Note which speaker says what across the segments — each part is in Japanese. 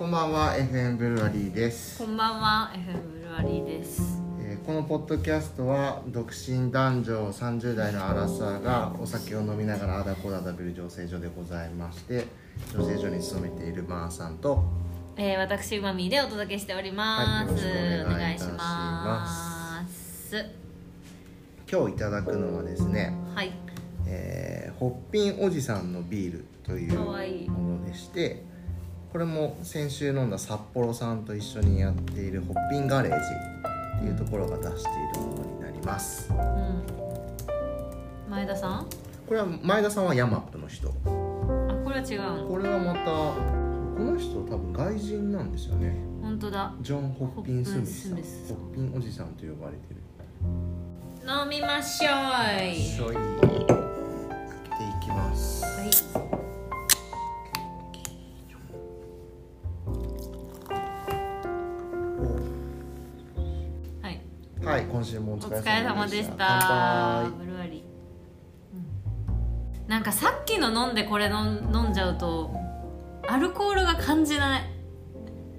Speaker 1: ばんは FM ブルワリーです
Speaker 2: こ、んばんは、FM ブルワリーです。
Speaker 1: えーこのポッドキャストは独身男女30代のアラサーがお酒を飲みながらあだこだだべる醸成所でございまして醸成所に勤めているマーさんと
Speaker 2: えー、私うまみでお届けしております。
Speaker 1: はいよろしくお
Speaker 2: お
Speaker 1: 願
Speaker 2: 願
Speaker 1: いい
Speaker 2: い
Speaker 1: た
Speaker 2: し
Speaker 1: しま
Speaker 2: ます。
Speaker 1: 今日いただくのはですね、
Speaker 2: はい、
Speaker 1: えーホッピンおじさんのビールという
Speaker 2: かわいい
Speaker 1: ものでしてこれも先週飲んだ札幌さんと一緒にやっているホッピンガレージっていうところが出しているものになります
Speaker 2: うん。前田さん？
Speaker 1: これは前田さんはヤマップの人
Speaker 2: あ、これは違うの。
Speaker 1: これはまたこの人多分外人なんですよね
Speaker 2: 本当だ。
Speaker 1: ジョン・ホッピン・スミスさん
Speaker 2: ホ
Speaker 1: ホ
Speaker 2: ッピンスミスさん
Speaker 1: ッピンおじさんと呼ばれてる
Speaker 2: 飲みましょう
Speaker 1: ょ
Speaker 2: い。
Speaker 1: い開けていきます
Speaker 2: はい。はい。
Speaker 1: はい今週もお
Speaker 2: お
Speaker 1: 疲れ
Speaker 2: 疲れ様
Speaker 1: 様
Speaker 2: で
Speaker 1: でし
Speaker 2: したた
Speaker 1: 乾杯
Speaker 2: ブルワリー、うんなんかさっきの飲んでこれ飲ん飲んじゃうとアルコールが感じない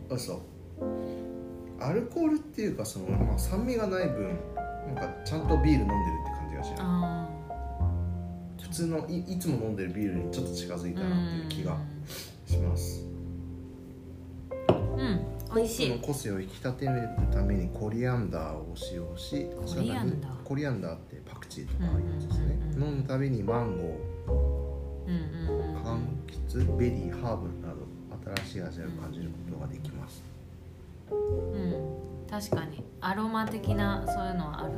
Speaker 1: あそうアルコールっていうかその、まあ、酸味がない分なんかちゃんとビール飲んでるって感じがしない
Speaker 2: あ
Speaker 1: 普通のいいつも飲んでるビールにちょっと近づい
Speaker 2: ー
Speaker 1: たなっていう気がします
Speaker 2: うん美味し
Speaker 1: その
Speaker 2: い
Speaker 1: 個性を引き立てるためにコリアンダーを使用し
Speaker 2: コリアンダー
Speaker 1: さらにコリアンダーってパクチーとかああいうやつですね、
Speaker 2: うんうんうんうん
Speaker 1: 飲むたびにマンゴ
Speaker 2: うんうん
Speaker 1: ー
Speaker 2: うん
Speaker 1: 柑橘ベリーハーブなど新しい味を感じることができます、
Speaker 2: うん確かにアロマ的なそういうのはある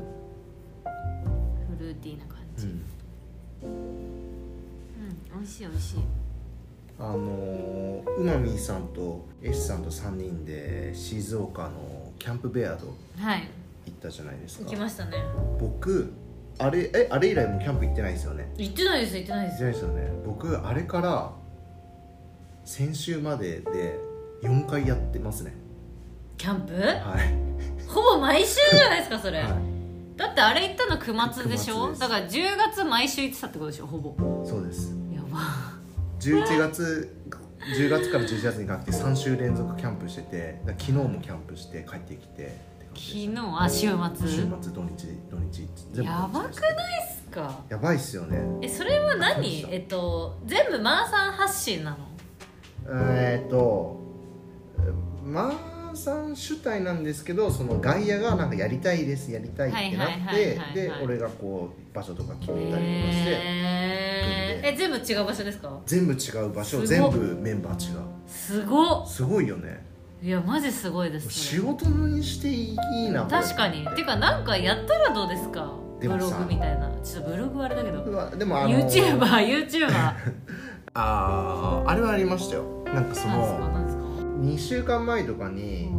Speaker 2: フルーティーな感じうん、美味しい美味しい
Speaker 1: あのーうまみーさんとエシさんと3人で静岡のキャンプベアード
Speaker 2: はい
Speaker 1: 行ったじゃないです
Speaker 2: 行
Speaker 1: か
Speaker 2: きましたね
Speaker 1: 僕あれえあれ以来もうキャンプ行ってないですよね
Speaker 2: 行ってないです行ってないで
Speaker 1: 行っ
Speaker 2: す
Speaker 1: てないですよね僕あれから先週までで4回やってますね
Speaker 2: キャンプ
Speaker 1: はい、
Speaker 2: ほぼ毎週じゃないですかそれ、
Speaker 1: は
Speaker 2: だってあれ行ったの9月でし
Speaker 1: 9月
Speaker 2: ょ
Speaker 1: です
Speaker 2: だから10月毎週行ってたってことでしょほぼ
Speaker 1: い、そうです
Speaker 2: やば
Speaker 1: 11月10月から11月にかけて3週連続キャンプしててだ昨日もキャンプして帰ってきてって感
Speaker 2: 昨
Speaker 1: じ
Speaker 2: 日
Speaker 1: で
Speaker 2: あ週末
Speaker 1: した週末土日土日全部
Speaker 2: やばくないっすか
Speaker 1: やばいっすよね
Speaker 2: えそれは
Speaker 1: どうし
Speaker 2: 何
Speaker 1: た
Speaker 2: えっと全部マーさん発信なの
Speaker 1: えーっとマーさん主体なんですけどその外野がなんかやりたいですやりたいってなっ
Speaker 2: はいはい
Speaker 1: て
Speaker 2: はいはい
Speaker 1: で
Speaker 2: はい
Speaker 1: 俺がこう場所とか決めたりとかして、
Speaker 2: へ
Speaker 1: 組ん
Speaker 2: ーえ全部違う場所ですか
Speaker 1: 全部違う場所
Speaker 2: すご
Speaker 1: 全
Speaker 2: っ
Speaker 1: 部メンバー違う
Speaker 2: すごっ
Speaker 1: すごいよね
Speaker 2: いやマジすごいです
Speaker 1: 仕
Speaker 2: それ
Speaker 1: 事にしていいなこれ
Speaker 2: 確かにてかなんかやったらどうですか
Speaker 1: で
Speaker 2: ブ
Speaker 1: も
Speaker 2: ロ
Speaker 1: さ
Speaker 2: グみたいなちょっとブログはあれだけ
Speaker 1: う
Speaker 2: ど
Speaker 1: わでもあの
Speaker 2: YouTuberYouTuber
Speaker 1: あーあれはありましたよなん かそ
Speaker 2: なんすか
Speaker 1: の
Speaker 2: なんすか
Speaker 1: 2週間前とか
Speaker 2: う
Speaker 1: に
Speaker 2: ん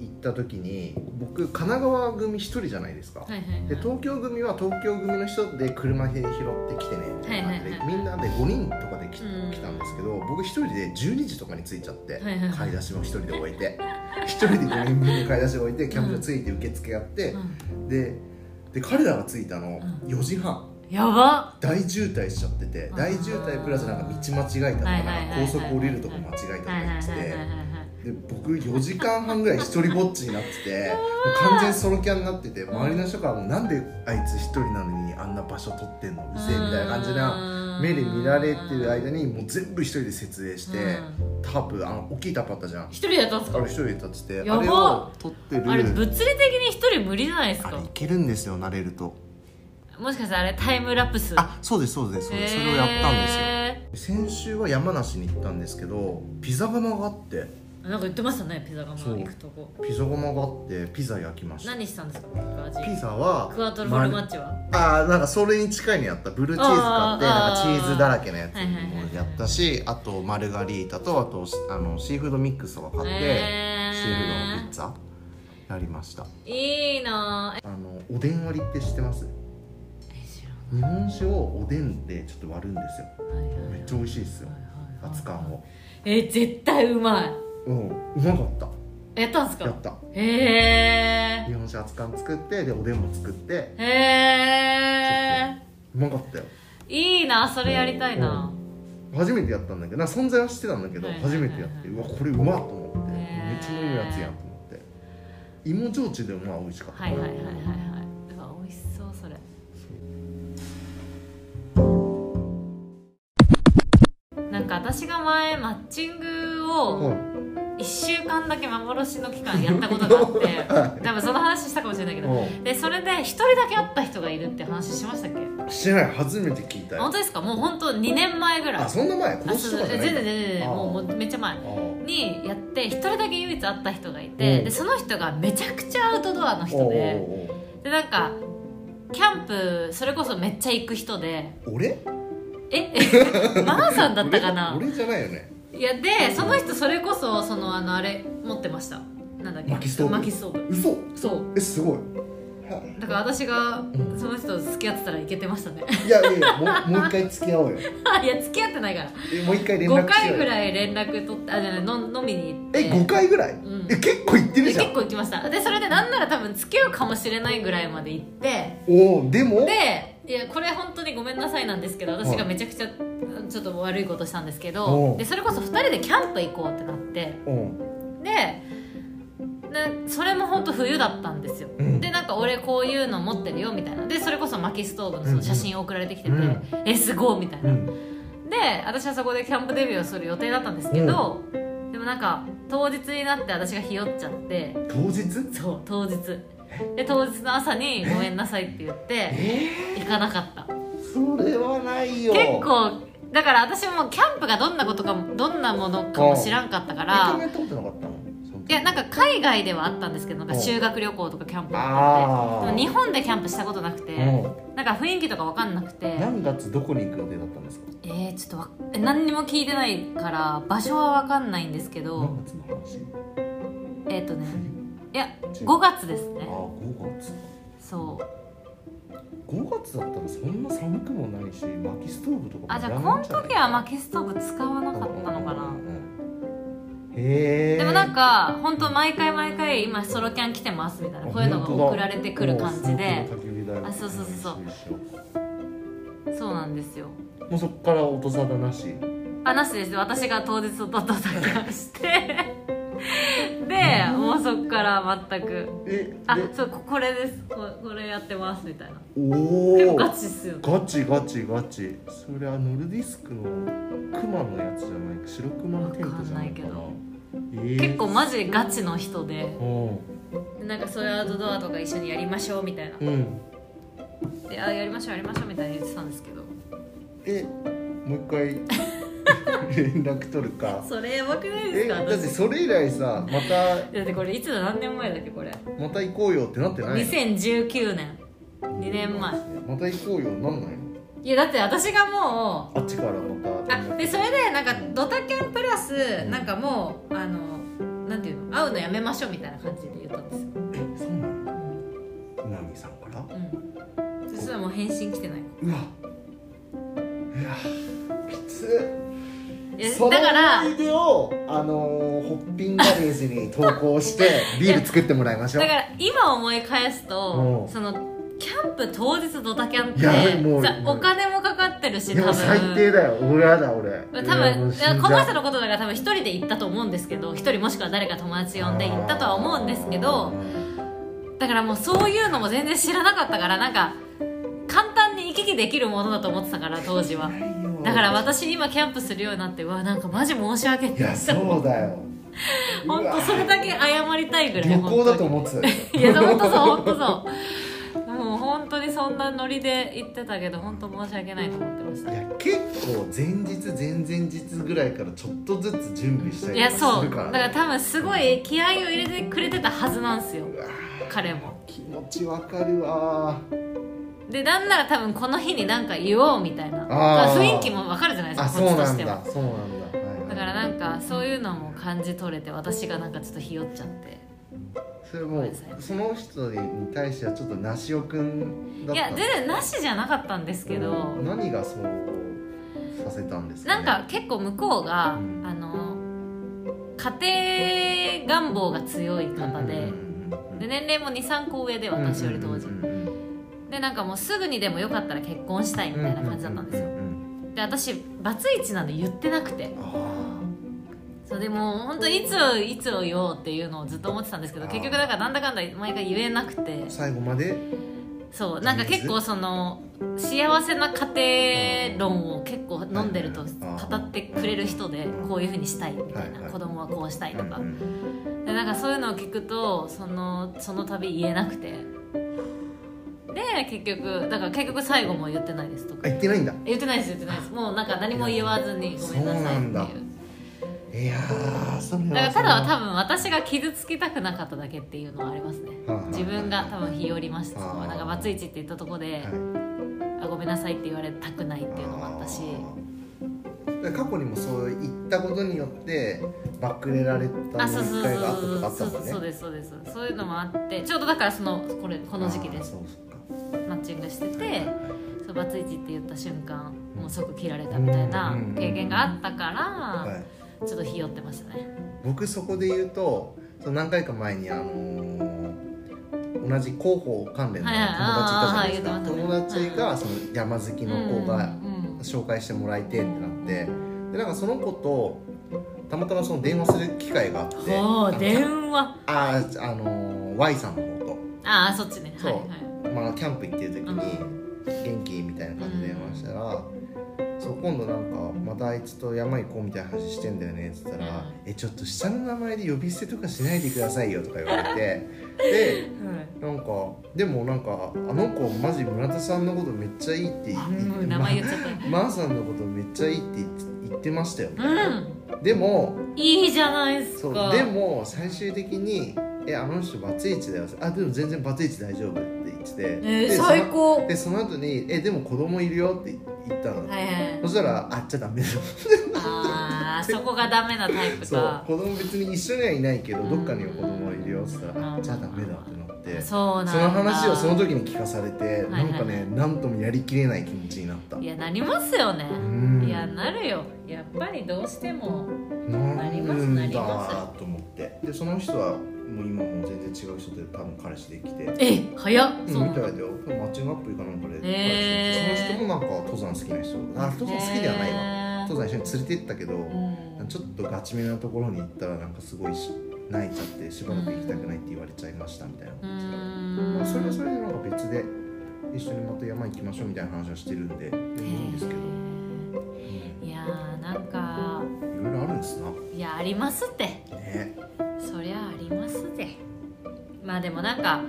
Speaker 1: 行った時に僕神奈川組一人じゃないですか、
Speaker 2: はいはいはい
Speaker 1: で東京組は東京組の人で車で拾ってきてねみたいな感じで、
Speaker 2: はいはいはいはい
Speaker 1: みんなで5人とかで来,、
Speaker 2: うん
Speaker 1: 来たんですけど僕一人で12時とかに着いちゃって、
Speaker 2: はいはい
Speaker 1: 買い出しも一人で置いて 一人で5人分の買い出しを置いてキャンプ場着いて受付やって、
Speaker 2: うん
Speaker 1: でで彼らが着いたの
Speaker 2: う
Speaker 1: 4時半
Speaker 2: やばっ
Speaker 1: 大渋滞しちゃってて
Speaker 2: あー
Speaker 1: 大渋滞プラスなんか道間違えたとかな
Speaker 2: は
Speaker 1: い
Speaker 2: はい
Speaker 1: ん
Speaker 2: はい
Speaker 1: か
Speaker 2: はい
Speaker 1: 高速降りるとこ間違えたとか
Speaker 2: はいはい
Speaker 1: 言っ
Speaker 2: はい
Speaker 1: て
Speaker 2: はい
Speaker 1: て
Speaker 2: はい
Speaker 1: で僕4時間半ぐらい一人ぼっちになってても う完全にソロキャンになってて周りの人からもうなんであいつ一人なのにあんな場所取ってんのうぜえみたいな感じな目で見られてる間にもう全部一人で設営して
Speaker 2: うん
Speaker 1: タープあの大きいタープあったじゃん
Speaker 2: 一人でやったんです
Speaker 1: あれ
Speaker 2: か
Speaker 1: 一人で立ってて
Speaker 2: やば
Speaker 1: あれを取ってる
Speaker 2: あれ物理的に一人無理じゃないです
Speaker 1: あれ
Speaker 2: か
Speaker 1: いけるんですよ慣れると
Speaker 2: もしかしたらあれタイムラプス
Speaker 1: あそうですそうですそうですそれをやったんですよ
Speaker 2: へ
Speaker 1: 先週は山梨に行ったんですけどピザ窯があって
Speaker 2: ーなんか言ってましたねピザ窯
Speaker 1: そう
Speaker 2: 行くとこ
Speaker 1: ピザ窯があってピザ焼きました
Speaker 2: 何したんですか味
Speaker 1: ピザは
Speaker 2: クワトロフォルマ
Speaker 1: ま
Speaker 2: ッチは
Speaker 1: あーなんかそれに近いのやったブルーチーズ買ってなん
Speaker 2: あ
Speaker 1: か
Speaker 2: ー
Speaker 1: チーズだらけのやつ
Speaker 2: はいはいはい
Speaker 1: もやったしあとマルガリータとあとあのシーフードミックスとか買って、
Speaker 2: へー
Speaker 1: シーフードのピッツァやりました
Speaker 2: いいなぁ
Speaker 1: あのおでん割りって知ってます
Speaker 2: え知ら
Speaker 1: 日本酒をおでんでちょっと割るんですよ
Speaker 2: ないはいはいはい
Speaker 1: めっちゃ美味しいですよ
Speaker 2: はいはいはい
Speaker 1: 熱燗を
Speaker 2: え絶対うま
Speaker 1: うんうまかった
Speaker 2: いやったんです
Speaker 1: や
Speaker 2: か
Speaker 1: った
Speaker 2: へえ
Speaker 1: 日本酒熱燗作ってでおでんも作って
Speaker 2: へえ
Speaker 1: うまかったよ
Speaker 2: いいなそれやりたいな
Speaker 1: 初めてやったんだけどなんか存在は知ってたんだけど
Speaker 2: はいはいは
Speaker 1: 初
Speaker 2: いはい
Speaker 1: めてやってうわこれうまっと思って
Speaker 2: へー
Speaker 1: めっちゃ飲むやつやんと思って芋焼酎でもまあ美味しかった
Speaker 2: はいはいはいはいはいうわ美味しそうそれなんか私が前マッチングを
Speaker 1: は
Speaker 2: 1週間だけ幻の期間やったことがあっ て多分その話したかもしれないけ
Speaker 1: い
Speaker 2: ど
Speaker 1: う
Speaker 2: でそれで1人だけ会った人がいるって話しましたっけ
Speaker 1: んしてない初めて聞いた
Speaker 2: 本
Speaker 1: よ
Speaker 2: 当ですかもう本当2年前ぐらい
Speaker 1: あそんな前今
Speaker 2: あそ
Speaker 1: 年と
Speaker 2: う
Speaker 1: かじゃ
Speaker 2: 全
Speaker 1: ない
Speaker 2: 然全然全然
Speaker 1: あー
Speaker 2: もうもうめっちゃ前
Speaker 1: あー
Speaker 2: にやって一人だけ唯一会った人がいて、
Speaker 1: うん
Speaker 2: でその人がめちゃくちゃアウトドアの人
Speaker 1: おうおう
Speaker 2: で
Speaker 1: おう
Speaker 2: でなんかキャンプそれこそめっちゃ行く人で
Speaker 1: 俺
Speaker 2: え マーさんだったかな
Speaker 1: 俺俺じゃないよね
Speaker 2: いやでその人それこそそのあのあれ持ってましたなんだっけ
Speaker 1: 薪ストーブ
Speaker 2: 薪ストーブ
Speaker 1: 嘘
Speaker 2: そう
Speaker 1: えすごい
Speaker 2: だから私が
Speaker 1: ん
Speaker 2: その人と付き合ってたらいけてましたね
Speaker 1: いやいやいやもうもう一回付き合おうよ
Speaker 2: いや付き合ってないから
Speaker 1: えもう一回連絡しよう
Speaker 2: 5回ぐ
Speaker 1: い
Speaker 2: らい連絡取ってあじゃないの飲みに行って
Speaker 1: え五回ぐらい
Speaker 2: うん
Speaker 1: え結構行ってる
Speaker 2: で
Speaker 1: じゃ
Speaker 2: 結
Speaker 1: ん
Speaker 2: 構行きましたでそれでなんなら多分付き合うかもしれないぐらいまで行って
Speaker 1: おおでも
Speaker 2: でいやこれ本当にごめんなさいなんですけど私がめちゃくちゃちょっと悪いことしたんですけ
Speaker 1: お
Speaker 2: ど
Speaker 1: う
Speaker 2: でそれこそ2人でキャンプ行こうってなって
Speaker 1: うん
Speaker 2: ででそれも本当冬だったんですよ
Speaker 1: うん
Speaker 2: でなんか俺こういうの持ってるよみたいなでそれこそ薪ストーブのその写真を送られてきてて、
Speaker 1: うん
Speaker 2: えすごいみたいうな、
Speaker 1: ん
Speaker 2: で私はそこでキャンプデビューをする予定だったんですけど、でもなんか当日になって私がひよっちゃって
Speaker 1: 当日
Speaker 2: そう当日で当日の朝に「ごめんなさい」って言って
Speaker 1: え
Speaker 2: 行かなかった
Speaker 1: ーそれはないよ
Speaker 2: 結構だから私もキャンプがどんなことかもどんなものかも知らんかったか
Speaker 1: 認
Speaker 2: ら
Speaker 1: めたことなかったのその時
Speaker 2: いやなんか海外ではあったんですけどなんか修学旅行とかキャンプだったん
Speaker 1: あ
Speaker 2: で
Speaker 1: あ
Speaker 2: でも日本でキャンプしたことなくてなんか雰囲気とか分かんなくて
Speaker 1: うん何月どこに行く予定だったんですか
Speaker 2: えー、ちょっとわえ何にも聞いてないから場所は分かんないんですけど
Speaker 1: 何月の話
Speaker 2: えっ、とねいや
Speaker 1: 10
Speaker 2: 5月です
Speaker 1: ああ
Speaker 2: ね
Speaker 1: 5月
Speaker 2: そう
Speaker 1: 5月だったらそんな寒くもないし薪ストーブとかも
Speaker 2: あじゃあ
Speaker 1: いら
Speaker 2: こ
Speaker 1: ない
Speaker 2: の
Speaker 1: んじゃない
Speaker 2: 時は薪ストーブ使わなかったのかな
Speaker 1: うんへえ
Speaker 2: でもなんか本当毎回毎回今ソロキャン来てますみたいなこういうのが送られてくる感じであそうそうそうそうなんですよ
Speaker 1: うもうそっから音沙汰なし
Speaker 2: あなしです私が当日ととたかして でもうそっから全く
Speaker 1: え
Speaker 2: あ
Speaker 1: で
Speaker 2: そうここれですここれやってますみたいな結
Speaker 1: お
Speaker 2: 構
Speaker 1: お
Speaker 2: ガチっすよね
Speaker 1: ガチガチガチそれはノルディスクのクマのやつじゃない白クマのテントじゃないかな
Speaker 2: わか
Speaker 1: えー
Speaker 2: 結構マジでガチの人で
Speaker 1: う
Speaker 2: なんかそういうアウトドアとか一緒にやりましょうみたいなん
Speaker 1: うん
Speaker 2: であやりましょうやりましょうみたいに言ってたんですけど
Speaker 1: えもう一回 連絡取るか
Speaker 2: それやばくないで
Speaker 1: え
Speaker 2: すか
Speaker 1: だって
Speaker 2: 私
Speaker 1: それ以来さまた
Speaker 2: だってこれいつだ何年前だっけこれ
Speaker 1: また行こうよってなってない
Speaker 2: 2019年2年前
Speaker 1: また行こうよなんないの
Speaker 2: いやだって私がも
Speaker 1: あっちからま
Speaker 2: う
Speaker 1: た
Speaker 2: あでそれでなんかドタキャンプラスなんかもうあのなんていうの会うのやめましょうみたいな感じで言ったんですよ
Speaker 1: えそうなのナミさんから
Speaker 2: うんそしたらもう返信来てないう
Speaker 1: わうわきつ
Speaker 2: いや
Speaker 1: その
Speaker 2: だから
Speaker 1: 思い出をあのーホッピンガレージに投稿して ビール作ってもらいましょう
Speaker 2: だから今思い返すと
Speaker 1: うん
Speaker 2: そのキャンプ当日ドタキャンって
Speaker 1: いやもう
Speaker 2: さお金もかかってるし
Speaker 1: で
Speaker 2: 多
Speaker 1: も
Speaker 2: 分
Speaker 1: 最低だよ俺やだ俺
Speaker 2: 多
Speaker 1: いやも
Speaker 2: 分
Speaker 1: う
Speaker 2: い
Speaker 1: 死んじゃ
Speaker 2: や
Speaker 1: う
Speaker 2: この人のことだから多分一人で行ったと思うんですけど一人もしくは誰か友達呼んで行ったとは思うんですけどだからもうそういうのも全然知らなかったからなんか簡単に行き来できるものだと思ってたから当時は
Speaker 1: ないよ
Speaker 2: だから私今キャンプするようになってうわなんかマジ申し訳ない
Speaker 1: いやそうだよ
Speaker 2: 本当それだけ謝りたいぐらい
Speaker 1: 旅行だと
Speaker 2: 本
Speaker 1: 思ってたでし
Speaker 2: 当にいや本当そう本当そうもう本当にそんなノリで行ってたけど本当申し訳ないと思ってまし
Speaker 1: ょい
Speaker 2: た
Speaker 1: や結構前日前々日ぐらいからちょっとずつ準備した
Speaker 2: い
Speaker 1: り
Speaker 2: や
Speaker 1: とか
Speaker 2: そ
Speaker 1: す
Speaker 2: う
Speaker 1: るから
Speaker 2: だ
Speaker 1: ね
Speaker 2: から多分すごい気合を入れてくれてたはずなんですよ
Speaker 1: うわ
Speaker 2: 彼も
Speaker 1: 気持ちわかるわ
Speaker 2: でなんなら多分この日になんか言おうみたいな
Speaker 1: あー
Speaker 2: 雰囲気もわかるじゃないです
Speaker 1: あ
Speaker 2: か
Speaker 1: そ
Speaker 2: こっ
Speaker 1: う
Speaker 2: ちと
Speaker 1: な
Speaker 2: し
Speaker 1: ん
Speaker 2: ては
Speaker 1: だそうなんだ、はいはい
Speaker 2: だからなんかそういうのも感じ取れて私がなんかちょっとひよっちゃって
Speaker 1: それもうその人に対してはちょっとなしおくんだ
Speaker 2: い
Speaker 1: った
Speaker 2: や
Speaker 1: ん
Speaker 2: 全
Speaker 1: です
Speaker 2: 然なしじゃなかったんですけど、
Speaker 1: 何がそうさせたんですか、
Speaker 2: なん
Speaker 1: ね、
Speaker 2: か結構向こうが、
Speaker 1: うん
Speaker 2: あの家庭願望が強い方で、で年齢も23個上で私より当時、
Speaker 1: うんうんうんうん
Speaker 2: でなんかもうすぐにでもよかったら結婚したいみたいな感じだったんですよ、
Speaker 1: うん
Speaker 2: で私バツイチなの言ってなくて
Speaker 1: あ
Speaker 2: そうでも本当いついつを言おうっていうのをずっと思ってたんですけど
Speaker 1: あー
Speaker 2: 結局だからなんだかんだ毎回言えなくて
Speaker 1: ー最後まで
Speaker 2: そうなんか結構その幸せな家庭論を結構飲んでると語ってくれる人でこういうふうにしたいみたい
Speaker 1: はいは
Speaker 2: ない子供はこうしたいとか
Speaker 1: うんうん
Speaker 2: でなんかそういうのを聞くとそのその度言えなくてで結局だから結局最後も言ってないですと
Speaker 1: あ
Speaker 2: か
Speaker 1: 言ってないんだ
Speaker 2: 言ってないです言ってないですもうなんか何も言わずにごめんなさ
Speaker 1: そ
Speaker 2: い
Speaker 1: うなんだ
Speaker 2: っていう
Speaker 1: いやーそれ
Speaker 2: だ
Speaker 1: は
Speaker 2: からただ多分私が傷つきたくなかっただけっていうのはありますね
Speaker 1: はいはいはい
Speaker 2: 自分が多分日和りました
Speaker 1: あー
Speaker 2: そのなんかバツイチって言ったとこで、
Speaker 1: は
Speaker 2: あごめんなさいって言われたくないっていうのもあったし
Speaker 1: あーだから過去にもそう言ったことによってバックレられたの
Speaker 2: あそうそう
Speaker 1: 一
Speaker 2: そう
Speaker 1: 回があったとかあった
Speaker 2: そう
Speaker 1: もん
Speaker 2: そ
Speaker 1: ね
Speaker 2: うそうですそうですそういうのもあってちょうどだからそのこれこの時期で
Speaker 1: あー
Speaker 2: す
Speaker 1: そうそっか
Speaker 2: マッチングしててそうバツイチって言った瞬間もう即切られた
Speaker 1: うん
Speaker 2: みたいな
Speaker 1: うん
Speaker 2: 経験があった
Speaker 1: はい
Speaker 2: か
Speaker 1: はい
Speaker 2: らちょっとひよってましたね
Speaker 1: 僕そこで言うとその何回か前にあのー同じ広報関連の友達いたじゃないですか、
Speaker 2: はいはいはいはい言って
Speaker 1: 友
Speaker 2: ましたね
Speaker 1: 達がその山好きの子が
Speaker 2: うん
Speaker 1: 紹介してもらいてってなってでなんかその子とたまたまその電話する機会があって
Speaker 2: うんほう電話
Speaker 1: あーあのー Y さんの方と
Speaker 2: ああそっちねはいはい
Speaker 1: まあ、キャンプ行ってる時に「元気?」みたいな感じで電話したら「そう今度なんかまたあいつと山行こう」みたいな話してんだよねっつったら
Speaker 2: うん
Speaker 1: 「えちょっと下の名前で呼び捨てとかしないでくださいよ」とか言われてで
Speaker 2: はい
Speaker 1: なんかでもなんかあの子マジ村田さんのことめっちゃいいって言
Speaker 2: あ
Speaker 1: っ
Speaker 2: う
Speaker 1: て
Speaker 2: ん名前言っちゃっ
Speaker 1: まマーさんのことめっちゃいいって言って言ってましたよ、
Speaker 2: たうん
Speaker 1: でも
Speaker 2: いいじゃないです
Speaker 1: そう
Speaker 2: か
Speaker 1: でも最終的に「えあの人バツイチだよ」あでも全然バツイチ大丈夫」って言ってて、
Speaker 2: えー
Speaker 1: でその
Speaker 2: 最高
Speaker 1: でその後に「えでも子供いるよ」って言ったの、
Speaker 2: はいはい
Speaker 1: そしたら「あっちゃダメだ」
Speaker 2: あーそこがダメなタイプ
Speaker 1: そう
Speaker 2: か
Speaker 1: 子供別に一緒にはいないけどどっかには子供いるよって言った
Speaker 2: うん
Speaker 1: ら「あっちゃダメだ」ってなってそ
Speaker 2: そうなんだ
Speaker 1: の話をその時に聞かされて、
Speaker 2: は
Speaker 1: な
Speaker 2: い
Speaker 1: んかねなんともやりきれない気持ちになった
Speaker 2: いやなりますよね
Speaker 1: うん
Speaker 2: いやなるよやっぱりどうしても
Speaker 1: な
Speaker 2: り
Speaker 1: る
Speaker 2: ます
Speaker 1: ん
Speaker 2: なり
Speaker 1: だ
Speaker 2: ま
Speaker 1: と思ってでその人はもう今もう全然違う人で多分彼氏できて
Speaker 2: え早っ
Speaker 1: うん、みたいだよマッチングアプリかなんかで、
Speaker 2: へー
Speaker 1: その人もなんか登山好きな人あ登山好きではないわ登山一緒に連れて行ったけど、
Speaker 2: うん
Speaker 1: ちょっとガチめなところに行ったらなんかすごいし泣いちゃってしばらく行きたくないって言われちゃいましたみたいな
Speaker 2: う
Speaker 1: 感じで、ま
Speaker 2: ー
Speaker 1: あ、
Speaker 2: ん
Speaker 1: それはそれでなんか別で一緒にまた山行きましょうみたいな話はしてるんでいいんですけど、
Speaker 2: へーいやーなんか
Speaker 1: うんいろいろあるんですなね
Speaker 2: いやありますってそりゃありますぜまあでもなんか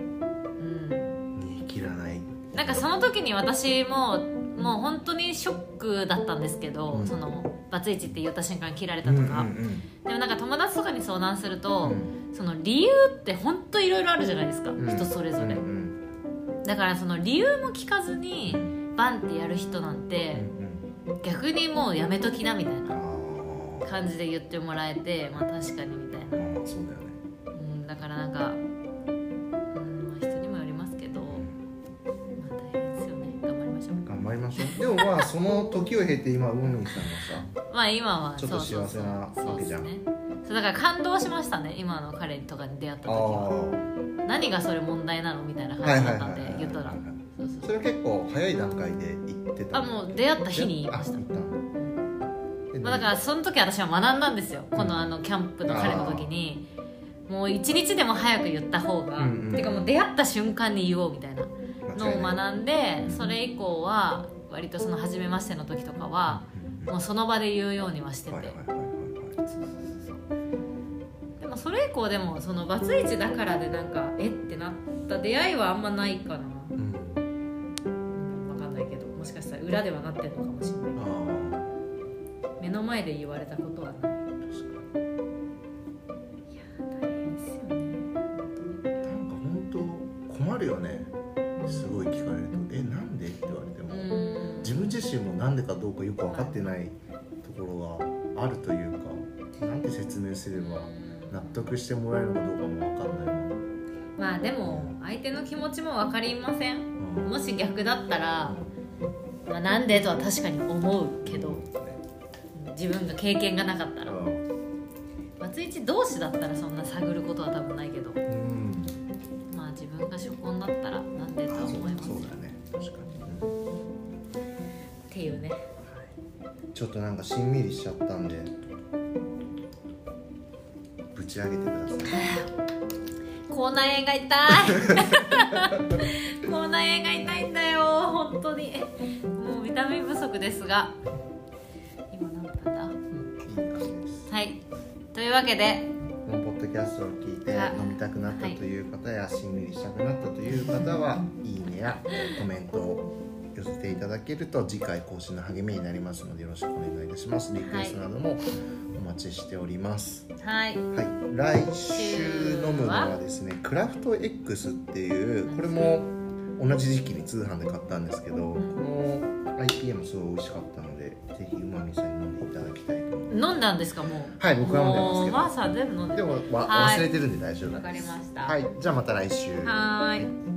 Speaker 2: うん
Speaker 1: 煮切らない
Speaker 2: なんかその時に私ももう本当にショックだったんですけど、
Speaker 1: うん
Speaker 2: そのバツイチって言った瞬間切られ
Speaker 1: う
Speaker 2: た
Speaker 1: ん
Speaker 2: と
Speaker 1: うん
Speaker 2: か、でもなんか友達とかに相談すると、
Speaker 1: うん
Speaker 2: その理由って本当いろいろあるじゃないですか、
Speaker 1: うん
Speaker 2: 人それぞれ、
Speaker 1: うんうん
Speaker 2: だからその理由も聞かず
Speaker 1: う
Speaker 2: に
Speaker 1: ん
Speaker 2: バンってやる人なん
Speaker 1: う
Speaker 2: て
Speaker 1: ん
Speaker 2: 逆にもうやめときなみたい
Speaker 1: あ
Speaker 2: な
Speaker 1: ー
Speaker 2: 感じで言ってもらえてまあ確かにみたい
Speaker 1: あ
Speaker 2: な、
Speaker 1: ーそうだよね
Speaker 2: うん、だからなんか、うん、人にもよりますけど、まあ、大変ですよね頑張りましょう
Speaker 1: 頑張りましょうでもまあその時を経て今ウォンミンさんがさ
Speaker 2: まあ今は
Speaker 1: ちょっと幸せなわけじゃん
Speaker 2: そうですねそうだから感動しましたね今の彼とかに出会った時
Speaker 1: あ
Speaker 2: は
Speaker 1: あ
Speaker 2: 何がそれ問題なのみたいな
Speaker 1: はい
Speaker 2: 話
Speaker 1: はい
Speaker 2: だ
Speaker 1: は
Speaker 2: っ
Speaker 1: い
Speaker 2: た
Speaker 1: は
Speaker 2: んで
Speaker 1: い
Speaker 2: 言ったらそうそう
Speaker 1: それは結構早い段階で言ってた
Speaker 2: あもう出会った日に言いました
Speaker 1: あ言った
Speaker 2: まあ、だからその時私は学んだんですよ
Speaker 1: うん
Speaker 2: このあのキャンプの彼の時にもう一日でも早く言った方が、
Speaker 1: うんうん
Speaker 2: てかもう出会った瞬間に言おうみたいなのを
Speaker 1: ん
Speaker 2: 学んでそれ以降は割とその初めましての時とかはもうその場で言うようにはしてて、
Speaker 1: はいはいはいはい
Speaker 2: そうそうそうそうでもそれ以降でもそのバツイチだからでなんかえってなった出会いはあんまないかな
Speaker 1: うん
Speaker 2: 分かんないけどもしかしたら裏ではなってるのかもしれないけど
Speaker 1: あ
Speaker 2: 目の前で言われたことはない
Speaker 1: あ確か
Speaker 2: いやー大変ですよね
Speaker 1: になんか本当困るよねすごい聞かれると「えなんで?」って言われて
Speaker 2: う
Speaker 1: も
Speaker 2: ーん
Speaker 1: 自分自身もなんでかどうかよく分かってないところがあるというかなんて説明すれば納得してもらえるのかどうかも分かんないも
Speaker 2: まあでも相手の気持ちも分かりません
Speaker 1: ん
Speaker 2: もし逆だったら、まあ、なんでとは確かに思うけど自分が経験がなかったら
Speaker 1: う
Speaker 2: 松一同士だったらそんな探ることは多分ないけど
Speaker 1: ん
Speaker 2: まあ自分が初婚だったらなんでとは思います
Speaker 1: そうだね確かに、
Speaker 2: っていうね
Speaker 1: ちょっとなんかしんみりしちゃったんでぶち上げてください
Speaker 2: 口内炎が痛い 口内炎が痛いんだよ本当にもうビタミン不足ですが今何分だ
Speaker 1: いい感じです
Speaker 2: はいというわけで
Speaker 1: このポッドキャストを聞いて
Speaker 2: あ
Speaker 1: 飲みたくなったという方や、しんみりしたくなったという方はいいねやコメントを寄せていただけると次回更新の励みになりますのでよろしくお願いいたしますリクエストなどもお待ちしております、
Speaker 2: はい
Speaker 1: はい、来週飲むのはですねクラフト X っていうこれも同じ時期に通販で買ったんですけどこの IPA もすごい美味しかったのでぜひうまみさんに飲んでいただきたいと思います
Speaker 2: 飲んだんですかもう
Speaker 1: はい僕は飲んでますけ
Speaker 2: もう
Speaker 1: ど
Speaker 2: マーサー全部飲んで
Speaker 1: でもわ、
Speaker 2: はい
Speaker 1: 忘れてるんで大丈夫です
Speaker 2: わかりました
Speaker 1: はいじゃあまた来週
Speaker 2: はーい